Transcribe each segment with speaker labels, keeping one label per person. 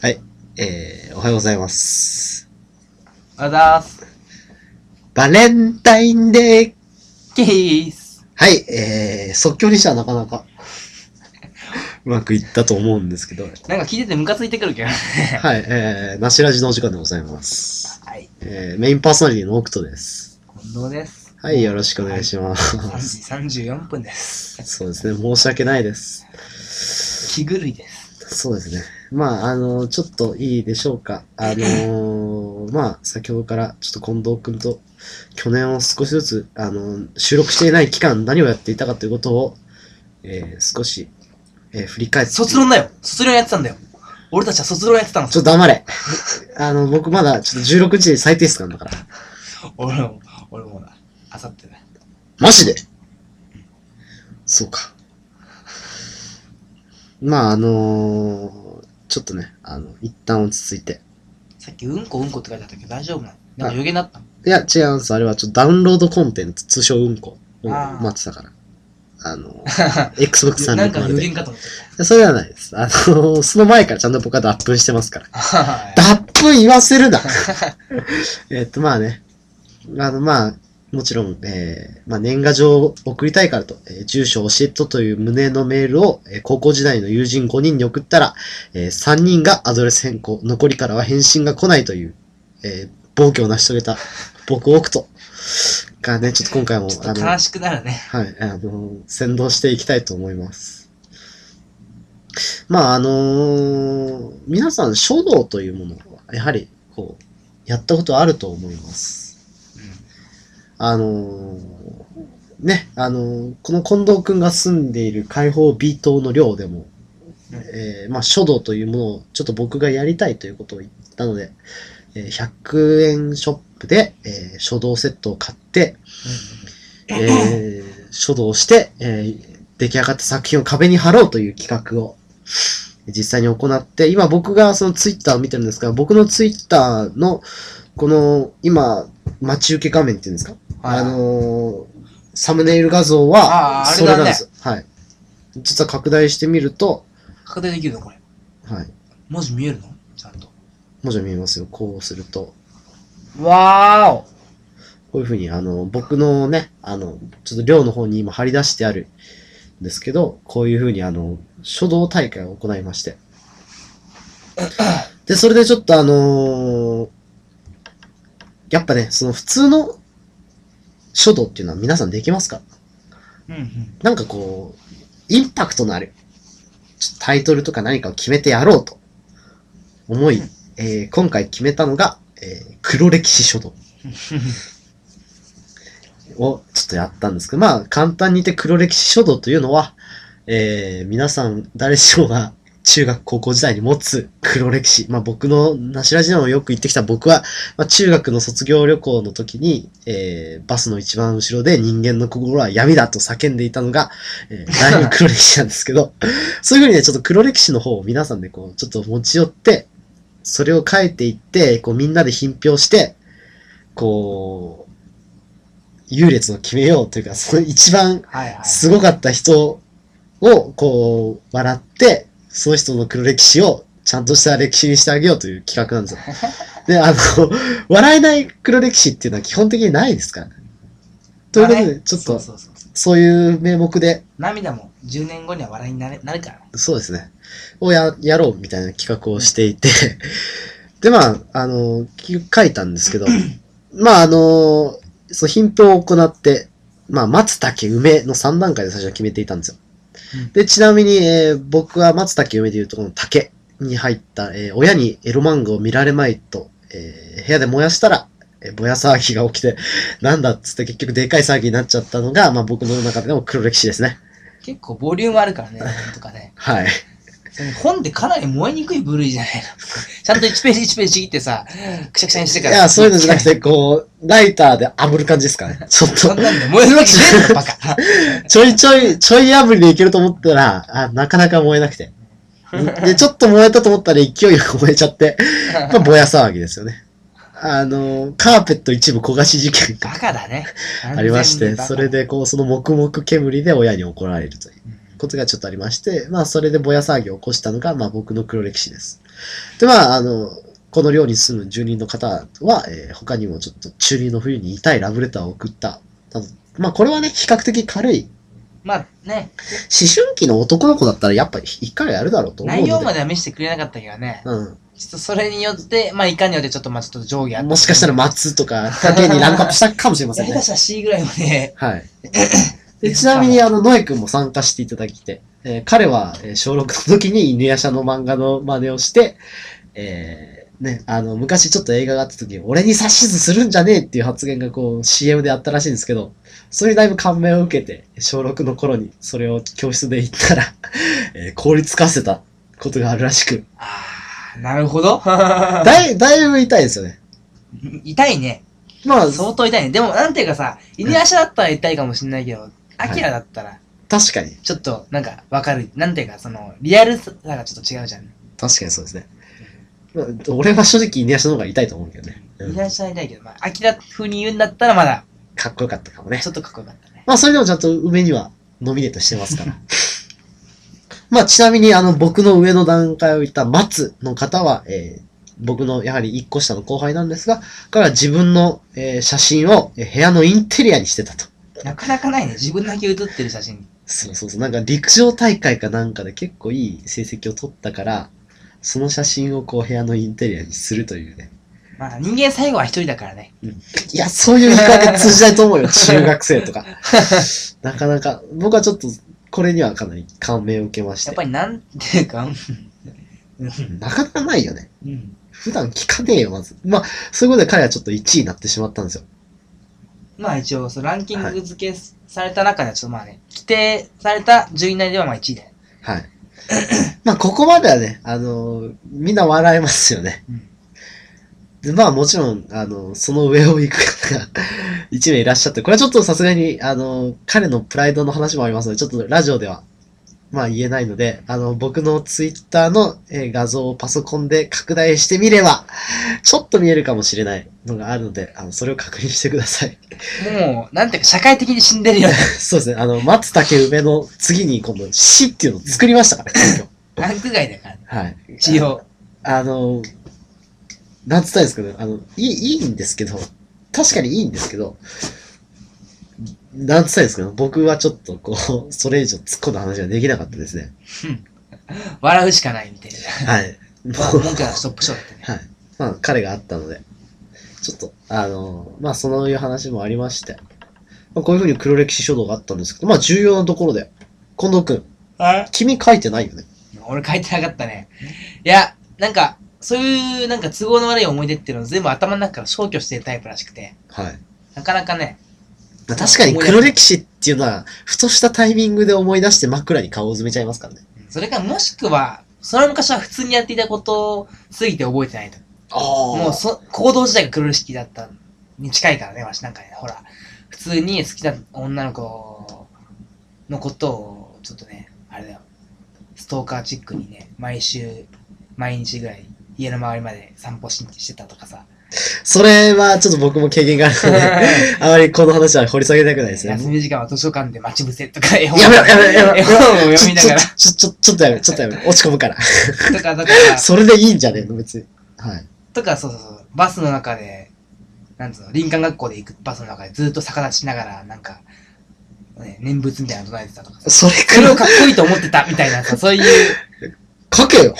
Speaker 1: はい。えー、おはようございます。
Speaker 2: あざーす。
Speaker 1: バレンタインデー
Speaker 2: キース。
Speaker 1: はい、えー、即興にしてはなかなか、うまくいったと思うんですけど、
Speaker 2: なんか聞いててムカついてくるけどね。
Speaker 1: はい、えー、なしらじのお時間でございます。
Speaker 2: はい。
Speaker 1: えー、メインパーソナリティのオクトです。
Speaker 2: 近藤です。
Speaker 1: はい、よろしくお願いします。
Speaker 2: 3時34分です。
Speaker 1: そうですね、申し訳ないです。
Speaker 2: 気狂いです。
Speaker 1: そうですね。まあ、あの、ちょっといいでしょうか。あの ーまあ、先ほどからちょっと近藤くんと去年を少しずつ、あの、収録していない期間何をやっていたかということを、えー少し、えー振り返って。
Speaker 2: 卒
Speaker 1: ちょ
Speaker 2: 論だよ。卒論やってたんだよ。俺たちは卒論やってたんで
Speaker 1: っ
Speaker 2: す
Speaker 1: と
Speaker 2: よ。
Speaker 1: 黙れ。 あの、僕まだちょっと16日で再提出なんだから。
Speaker 2: 俺も、俺もな、あさってね。
Speaker 1: マジでそうか。まあ、あのーちょっとね、あの、一旦落ち着いて。
Speaker 2: さっきうんこうんこって書いてあったけど大丈夫なのなんか余計だったの
Speaker 1: いや、違うんです。あれはちょっとダウンロードコンテンツ、通称うんこを
Speaker 2: あー
Speaker 1: 待ってたから。あ の、Xbox
Speaker 2: なんか
Speaker 1: 360
Speaker 2: 無限
Speaker 1: で。
Speaker 2: かと思っ
Speaker 1: それはないです。あの、その前からちゃんと僕は脱粉してますから。
Speaker 2: ちゃった。
Speaker 1: 脱粉言わせるなえっと、まあね。あの、まあ、もちろん、えー、まあ、年賀状を送りたいからと、えー住所を教えとという旨のメールを、えー高校時代の友人5人に送ったら、えー3人がアドレス変更、残りからは返信が来ないという、えー暴挙を成し遂げた、僕奥と、がね、ちょっと今回も、
Speaker 2: ちょ
Speaker 1: あ
Speaker 2: っと
Speaker 1: の、
Speaker 2: 悲しくなるね。
Speaker 1: はい、あの、先導していきたいと思います。まあ、あの皆さん書道というものは、やはり、こう、やったことあると思います。あのね、あのこの近藤くんが住んでいる解放 B 島の寮でも、
Speaker 2: うん
Speaker 1: えーまあ、書道というものをちょっと僕がやりたいということを言ったので、えー100円ショップで、えー書道セットを買って、えー書道をして、えー出来上がった作品を壁に貼ろうという企画を実際に行って、今僕がそのツイッターを見てるんですが、僕のツイッターのこの今待ち受け画面っていうんですか、
Speaker 2: はい
Speaker 1: あのーサムネイル画像は
Speaker 2: あーあ
Speaker 1: それ
Speaker 2: れだ
Speaker 1: な
Speaker 2: ね
Speaker 1: んです。はい。実は拡大してみると、
Speaker 2: 拡大できるのこれ。
Speaker 1: はい。
Speaker 2: 文字見えるのちゃんと。
Speaker 1: 文字が見えますよ。こうすると。
Speaker 2: わ
Speaker 1: こういうふうに、あの、僕のね、あの、ちょっと寮の方に今張り出してあるんですけど、こういうふうに、あの、書道大会を行いまして。で、それでちょっとあのーやっぱね、その普通の書道っていうのは皆さんできますか
Speaker 2: ーおうんうん。
Speaker 1: なんかこう、インパクトのある、ちょっとタイトルとか何かを決めてやろうと思い、えー今回決めたのが、えー黒歴史書道。をちょっとやったんですけど、まあ簡単に言って黒歴史書道というのは、えー皆さん誰しもが中学高校時代に持つ黒歴史。まあ僕のなしらじなのをよく言ってきた僕は、まあ、中学の卒業旅行の時に、えーバスの一番後ろで人間の心は闇だと叫んでいたのが、えー、だいぶ黒歴史なんですけど、 そういうふうにね、ちょっと黒歴史の方を皆さんでこう、ちょっと持ち寄って、それを書いていって、こうみんなで品評して、こう、優劣を決めようというか、その一番
Speaker 2: はいはい。
Speaker 1: すごかった人をこう、笑って、その人の黒歴史をちゃんとした歴史にしてあげようという企画なんですよ。 で、あの、笑えない黒歴史っていうのは基本的にないですからね。ということ
Speaker 2: あ
Speaker 1: で、
Speaker 2: れ
Speaker 1: ちょっ
Speaker 2: そう
Speaker 1: と、
Speaker 2: そうそうそう
Speaker 1: そういう名目で、
Speaker 2: 涙も10年後には笑いになれなるからね。
Speaker 1: そうですね。をや、やろうみたいな企画をしていて。 で、まあ、あの、き書いたん ですけど、まあ、あの、そう、品評を行って、まあ、松竹梅の3段階で最初は決めていたんですよ
Speaker 2: うん。
Speaker 1: で、ちなみに、えー僕は松竹梅でいうとこの竹に入った、えー親にエロ漫画を見られまいと、えー部屋で燃やしたら、えーぼや騒ぎが起きて、なんだっつって結局でかい騒ぎになっちゃったのが、まあ僕の中でも黒歴史ですね。
Speaker 2: 結構ボリュームあるからね、 本とかね。
Speaker 1: はい。
Speaker 2: その本ってかなり燃えにくい部類じゃない の。ちゃんと1ページ1ページちぎってさ、くしゃくしゃにして
Speaker 1: い
Speaker 2: から。
Speaker 1: や、そういうのじゃなく
Speaker 2: て。
Speaker 1: て、こ う、ライターで炙る感じですかね。ちょっ
Speaker 2: そ
Speaker 1: と、
Speaker 2: んなんで燃えるわけねえんだよ、バカ。
Speaker 1: ちょいちょい、ちょい炙りでいけると思ったら、あ、なかなか燃えなくて。で、ちょっと燃えたと思ったら勢いが燃えちゃって、 まあ、ぼや騒ぎですよね。あの、カーペット一部焦がし事件
Speaker 2: バ
Speaker 1: が
Speaker 2: カだね。
Speaker 1: ありまし
Speaker 2: 完全
Speaker 1: て、
Speaker 2: にバカ
Speaker 1: それ。で、こう、その黙々煙で親に怒られるという
Speaker 2: うん
Speaker 1: ことがちょっとありまして、まあ、それでぼや騒ぎを起こしたのが、まあ、僕の黒歴史です。で、まあ、あの、この寮に住む住人の方は、えー他にもちょっと中二の冬に痛いラブレターを送った。あのまあ、これはね、比較的軽い。
Speaker 2: まあね、
Speaker 1: 思春期の男の子だったら、やっぱり一回はやるだろうと思うの
Speaker 2: 内
Speaker 1: で。
Speaker 2: 容までは見せてくれなかったけどね。
Speaker 1: うん。
Speaker 2: ちょっとそれによって、まあいかによってちょっとまあちょっと上下あっ
Speaker 1: もしかしたら松とか、竹にランクアップしたかもしれませんね
Speaker 2: 下手。したら C ぐらいまで。
Speaker 1: はい。でちなみに、あの、ノエ君も参加していただきて、えー彼は、えー小6の時に犬夜叉の漫画の真似をして、えーね、あの、昔ちょっと映画があった時に、俺に指図するんじゃねえっていう発言がこう、CM であったらしいんですけど、それにだいぶ感銘を受けて、小6の頃にそれを教室で言ったら、 えー凍りつかせたことがあるらしく、
Speaker 2: ああ、なるほど。
Speaker 1: だい、だいぶ痛いですよね。
Speaker 2: 痛いね。
Speaker 1: まあ、
Speaker 2: 相当痛いね。でも、なんていうかさ、犬足だったら痛いかもしんないけど、アキラだったら、
Speaker 1: 確かに、
Speaker 2: ちょっと、なんか、わかる。なんていうか、その、リアルさがちょっと違うじゃん。
Speaker 1: 確かにそうですね。まあ俺は正直犬夜叉の方が痛いと思うけどね。うん
Speaker 2: 犬足は痛いけど、まあ、アキラ風に言うんだったらまだ、
Speaker 1: かっこよかったかもね
Speaker 2: ち。ょっとかっこよかったね。
Speaker 1: まあ、それでもちゃんと梅にはノミネートしてますから。 まあ、ちなみに、あの、僕の上の段階を言った松の方は、えー僕のやはり一個下の後輩なんですが、から自分の、えー写真をえー部屋のインテリアにしてたと。
Speaker 2: なかなかないね。自分だけ写ってる写真。
Speaker 1: そうそうそう。なんか陸上大会かなんかで結構いい成績を取ったから、その写真をこう部屋のインテリアにするというね。
Speaker 2: まあ、人間最後は一人だからね。
Speaker 1: いや、そういう言い方通じないと思うよ。中学生とか。なかなか、僕はちょっと、これにはかなり感銘を受けまして。
Speaker 2: やっぱり、なんていうか、うん
Speaker 1: なかなかないよね。
Speaker 2: うん。
Speaker 1: 普段聞かねえよ、まず。まあ、そういうことで彼はちょっと1位になってしまったんですよ。
Speaker 2: まあ、一応、そのランキング付けされた中では、ちょっとまあね、規定された順位内ではまあ1位だよ。
Speaker 1: はい。 まあ、ここまではね、あのーみんな笑えますよね。
Speaker 2: うん
Speaker 1: で、まあ、もちろん、あのその上を行く方が 1名いらっしゃって、これはちょっとさすがに、あの彼のプライドの話もありますので、ちょっとラジオでは、まあ言えないので、あの、僕のツイッターの、えー画像をパソコンで拡大してみれば、ちょっと見えるかもしれないのがあるので、あの、それを確認してください。
Speaker 2: もう、なんていうか、社会的に死んでるよね。
Speaker 1: そうですね。あの、松竹梅の次に今度、死っていうのを作りましたから、急遽
Speaker 2: ランク外だから、
Speaker 1: はい。
Speaker 2: 一応。
Speaker 1: あの、なんつったらいいんですかね。あの、いい、いいんですけど、確かにいいんですけど、なんつったらいいんですかね。僕はちょっとこう、それ以上突っ込んだ話ができなかったですね。
Speaker 2: 笑うしかないみ たいな。
Speaker 1: はい。も
Speaker 2: まあ、
Speaker 1: う
Speaker 2: 文句はストップショーだったね。
Speaker 1: はい。まあ、彼があったので、ちょっと、あの、まあ、そういう話もありまして、まあ、こういうふうに黒歴史書道があったんですけど、まあ、重要なところで、近藤くん、君書いてないよね。
Speaker 2: 俺書いてなかったね。いや、なんか、そういう、なんか都合の悪い思い出っていうのを全部頭の中から消去してるタイプらしくて、
Speaker 1: はい。
Speaker 2: なかなかね、
Speaker 1: まあ確かに黒歴史っていうのは、ふとしたタイミングで思い出して枕に顔を詰めちゃいますからね。
Speaker 2: それかもしくは、その昔は普通にやっていたことを過ぎて覚えてないと。も
Speaker 1: も
Speaker 2: う
Speaker 1: うそ
Speaker 2: そ、行動自体が苦しきだったに近いからね、わしなんかね、ほら、普通に好きな女の子のことを、ちょっとね、あれだよ、ストーカーチックにね、毎週、毎日ぐらい、家の周りまで散歩ししてたとかさ。
Speaker 1: それはちょっと僕も経験があるの で、あまりこの話は掘り下げたくないですね。
Speaker 2: 休み時間は図書館で待ち伏せとか、絵
Speaker 1: やめろやめろやめろ
Speaker 2: 絵本を読みながら
Speaker 1: ちょ、ちょ、ちょ、ちょっとやめろ、ちょっ とやめろ。落ち込むから。
Speaker 2: とか、とか、
Speaker 1: それでいいんじゃねえの、別に。はい。
Speaker 2: とか、そうそうそう、バスの中で、なんつうの、林間学校で行くバスの中でずっと逆立ちしながら、なんか、ね、念仏みたいなの唱えてたとかさ。
Speaker 1: それ
Speaker 2: それ
Speaker 1: 黒
Speaker 2: をかっこいいと思ってたみ たいなさ、そういう、
Speaker 1: 書け よ。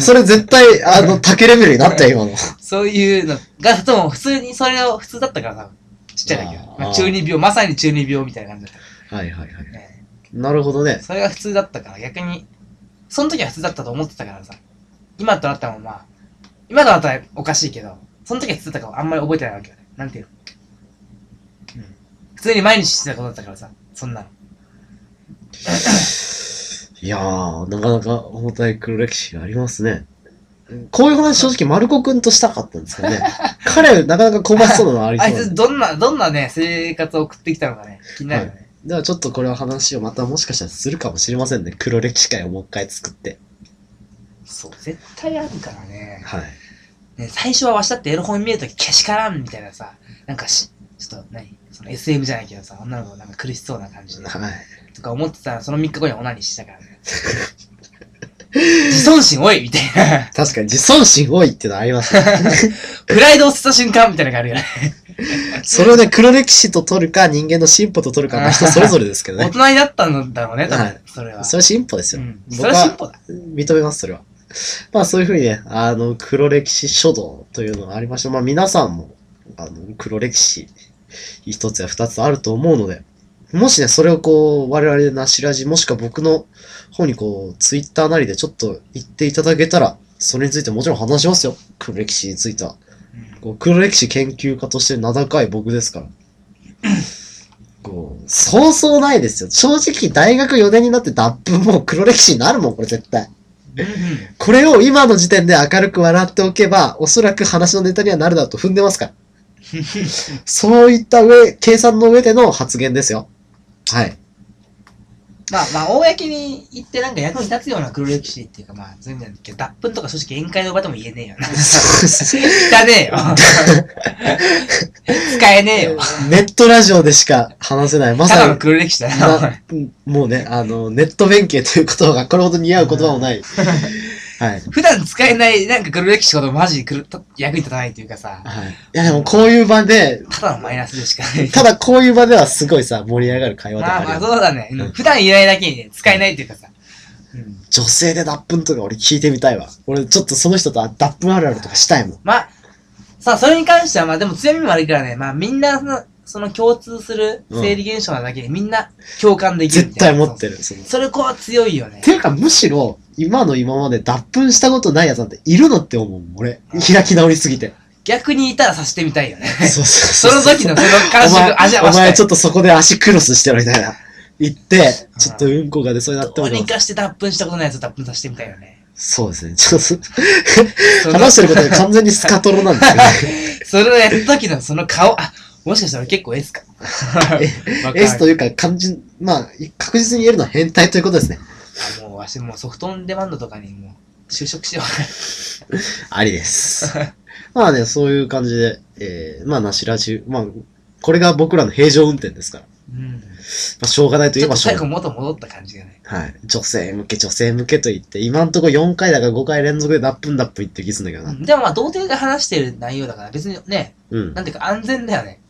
Speaker 1: それ絶対、あの、竹レベルになったよ、今 の。
Speaker 2: そういうのが、とも普通にそれを普通だったから多分ちっちゃい時
Speaker 1: あ
Speaker 2: は。
Speaker 1: ー
Speaker 2: まあ、中二病、まさに中二病みたいな感じだっ
Speaker 1: はいはいはい
Speaker 2: た、。ね。
Speaker 1: なるほどね。
Speaker 2: それが普通だったから、逆に、その時は普通だったと思ってたからさ、今となったらまあ、今となったらおかしいけど、その時は普通だったからあんまり覚えてないわけよね。なんていうの、うん、普通に毎日してたことだったからさ、そんなの。
Speaker 1: いやー、なかなか重たい黒歴史がありますね。こういう話正直、丸子くんとしたかったんですかね。彼、なかなか香ばしそうなのあり
Speaker 2: あ
Speaker 1: そう
Speaker 2: い
Speaker 1: なん
Speaker 2: つ
Speaker 1: で。
Speaker 2: どんな、どんなね、生活を送ってきたのかね、気になるよね。
Speaker 1: ではちょっとこれは話をまたもしかしたらするかもしれませんね。黒歴史会をもう一回作って。
Speaker 2: そう、絶対あるからね。
Speaker 1: はい。
Speaker 2: ね、最初はわしだってエロ本見るときけしからんみたいなさ、なんかし、ちょっと何その SM じゃないけどさ、女の子なんか苦しそうな感じで。
Speaker 1: はい。
Speaker 2: とか思ってたら、その3日後にオナニーしてたからね。自尊心おいみたいな。
Speaker 1: 確かに自尊心多いってのはあり ますね。
Speaker 2: プライドを捨てた瞬間みたいなのがあるよね。
Speaker 1: それをね、黒歴史と取るか、人間の進歩と取るか、まあ人それぞれですけど
Speaker 2: 大
Speaker 1: ね。
Speaker 2: 人になったんだろうね、多
Speaker 1: は
Speaker 2: 分
Speaker 1: い。
Speaker 2: それは。
Speaker 1: それは進歩です
Speaker 2: う
Speaker 1: よ。
Speaker 2: ん。
Speaker 1: 僕
Speaker 2: それ
Speaker 1: は
Speaker 2: は進歩だ。
Speaker 1: 認めます、それは。 まあそういうふうにね、あの、黒歴史書道というのがありました。まあ皆さんも、あの、黒歴史、一つや二つあると思うので、もしね、それをこう、我々なしらじ、もしくは僕の方にこう、ツイッターなりでちょっと言っていただけたら、それについてもちろん話しますよ。黒歴史については。
Speaker 2: うん
Speaker 1: こう黒歴史研究家として名高い僕ですから。こう、そうそうないですよ。正直、大学4年になって脱粉もう黒歴史になるもん、これ絶対。
Speaker 2: うん
Speaker 1: これを今の時点で明るく笑っておけば、おそらく話のネタにはなるだろうと踏んでますから。 そういった上、計算の上での発言ですよ。 はい。
Speaker 2: まあまあ、公に言ってなんか役に立つような黒歴史っていうか、まあ、そういう意味なんだけど、脱粉とか正直宴会の場でも言えねえよな。汚ねえよ。使えねえよ。
Speaker 1: ネットラジオでしか話せない。ま
Speaker 2: ただ
Speaker 1: さ
Speaker 2: の
Speaker 1: に、
Speaker 2: 黒歴史だな、お前
Speaker 1: なもうね、あの、ネット弁慶という言葉がこれほど似合う言葉も ない。はい。
Speaker 2: 普段使えない、なんか黒歴史ほどマジでくると役に立たないというかさ、
Speaker 1: はい。いや、でもこういう場で、
Speaker 2: ただのマイナスでしかない。
Speaker 1: ただこういう場ではすごいさ、盛り上がる会話とかあ
Speaker 2: まあ
Speaker 1: る
Speaker 2: ま
Speaker 1: よ
Speaker 2: あ、そうだね。うん普段言えないだけにね、使えないというかさ。うん
Speaker 1: 女性で脱粉とか俺聞いてみたいわ。俺ちょっとその人と脱粉あるあるとかしたいもん。
Speaker 2: まあ、さあ、それに関しては、まあでも強みもあるからね、まあみんなその、その共通する生理現象なだけでみんな共感できる
Speaker 1: 絶
Speaker 2: みたい
Speaker 1: 対
Speaker 2: な。
Speaker 1: 持ってる。その
Speaker 2: そう。それこう強いよね
Speaker 1: っ。ていうかむしろ、今の今まで脱粉したことないやつなんているのって思うもん。俺、開き直りすぎて。
Speaker 2: 逆にいたらさせてみたいよね。
Speaker 1: そう そ
Speaker 2: その時のその感
Speaker 1: お前
Speaker 2: 触、味合わ
Speaker 1: お
Speaker 2: せた
Speaker 1: 前
Speaker 2: い
Speaker 1: ち。ょっとそこで足クロスしてろみたいな。言って、ちょっとうんこが出そうになって
Speaker 2: ど
Speaker 1: も
Speaker 2: うにかして脱粉したことないやつを脱粉させてみたいよね。
Speaker 1: そうですね。ちょっ
Speaker 2: そ
Speaker 1: と、
Speaker 2: の
Speaker 1: 話してることが完全にスカトロなんですよね。
Speaker 2: それをやった時のその顔、あ、もしかしたら俺結構 S か。 わかんない
Speaker 1: S というか、肝心、まあ、確実に言えるのは変態ということですね。
Speaker 2: あもうわしもうソフトオンデマンドとかにもう就職しよ
Speaker 1: あり です。まあね、そういう感じで、えー、まあ、なしらじ、まあ、これが僕らの平常運転ですから。ま
Speaker 2: う。うん。
Speaker 1: あ、しょうがないと
Speaker 2: ち
Speaker 1: 言
Speaker 2: ょ
Speaker 1: え
Speaker 2: っと
Speaker 1: ばしょ
Speaker 2: 最
Speaker 1: うが
Speaker 2: 後
Speaker 1: ない。
Speaker 2: 元戻った感じがね。
Speaker 1: はい。女性向け、女性向けと言って、今んとこ4回だから5回連続でダップンダップ言って気すんだけど
Speaker 2: う
Speaker 1: な。
Speaker 2: んでもまあ童貞が話してる内容だから別にね、
Speaker 1: うん。
Speaker 2: なんていうか安全だよね。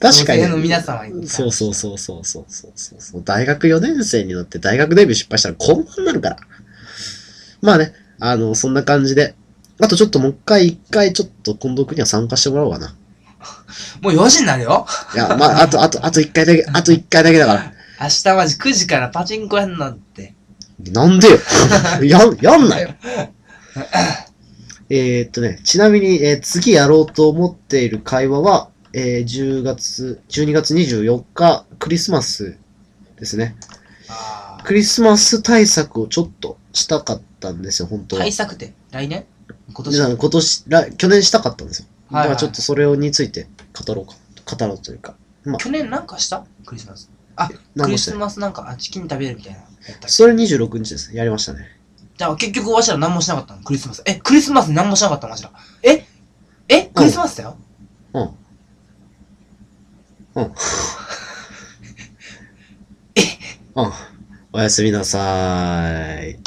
Speaker 1: 確か
Speaker 2: 女性の
Speaker 1: に。
Speaker 2: 皆様に。
Speaker 1: そうそうそうそうそうそうそう。大学4年生になって大学デビュー失敗したらこんなんなるから。まあね、あの、そんな感じで。あとちょっともう一回、一回ちょっと近藤君には参加してもらおうかな。
Speaker 2: もう4時になるよ。
Speaker 1: いや、まあ、あと、あと、あと一回だけ、あと一回だけだから。
Speaker 2: 明日マジ9時からパチンコやんなんて。
Speaker 1: なんでよ。やん、やんなよ。えーっとね、ちなみに、えー次やろうと思っている会話は、えー10月、12月24日、クリスマスですね。
Speaker 2: ああ。
Speaker 1: クリスマス対策をちょっとしたかったんですよ、本当は。
Speaker 2: 対策って来年今
Speaker 1: じゃあ
Speaker 2: 年
Speaker 1: 今年ら、去年したかったんですよ。
Speaker 2: はいは
Speaker 1: だ
Speaker 2: い
Speaker 1: からちょっとそれをについて語ろうか。語ろうというか。
Speaker 2: 去年なんかしたクリスマス。あ、
Speaker 1: 何
Speaker 2: ク
Speaker 1: も
Speaker 2: リ
Speaker 1: して
Speaker 2: ス
Speaker 1: ない
Speaker 2: マスなんかあチキン食べるみたいなやったっけ。
Speaker 1: それ26日ですね。やりましたね。
Speaker 2: じゃあ結局わしら何もしなかったのクリスマス。え、クリスマス何もしなかったのわしら。ええクリスマスだよ、
Speaker 1: うん。うん。うん。おやすみなさーい。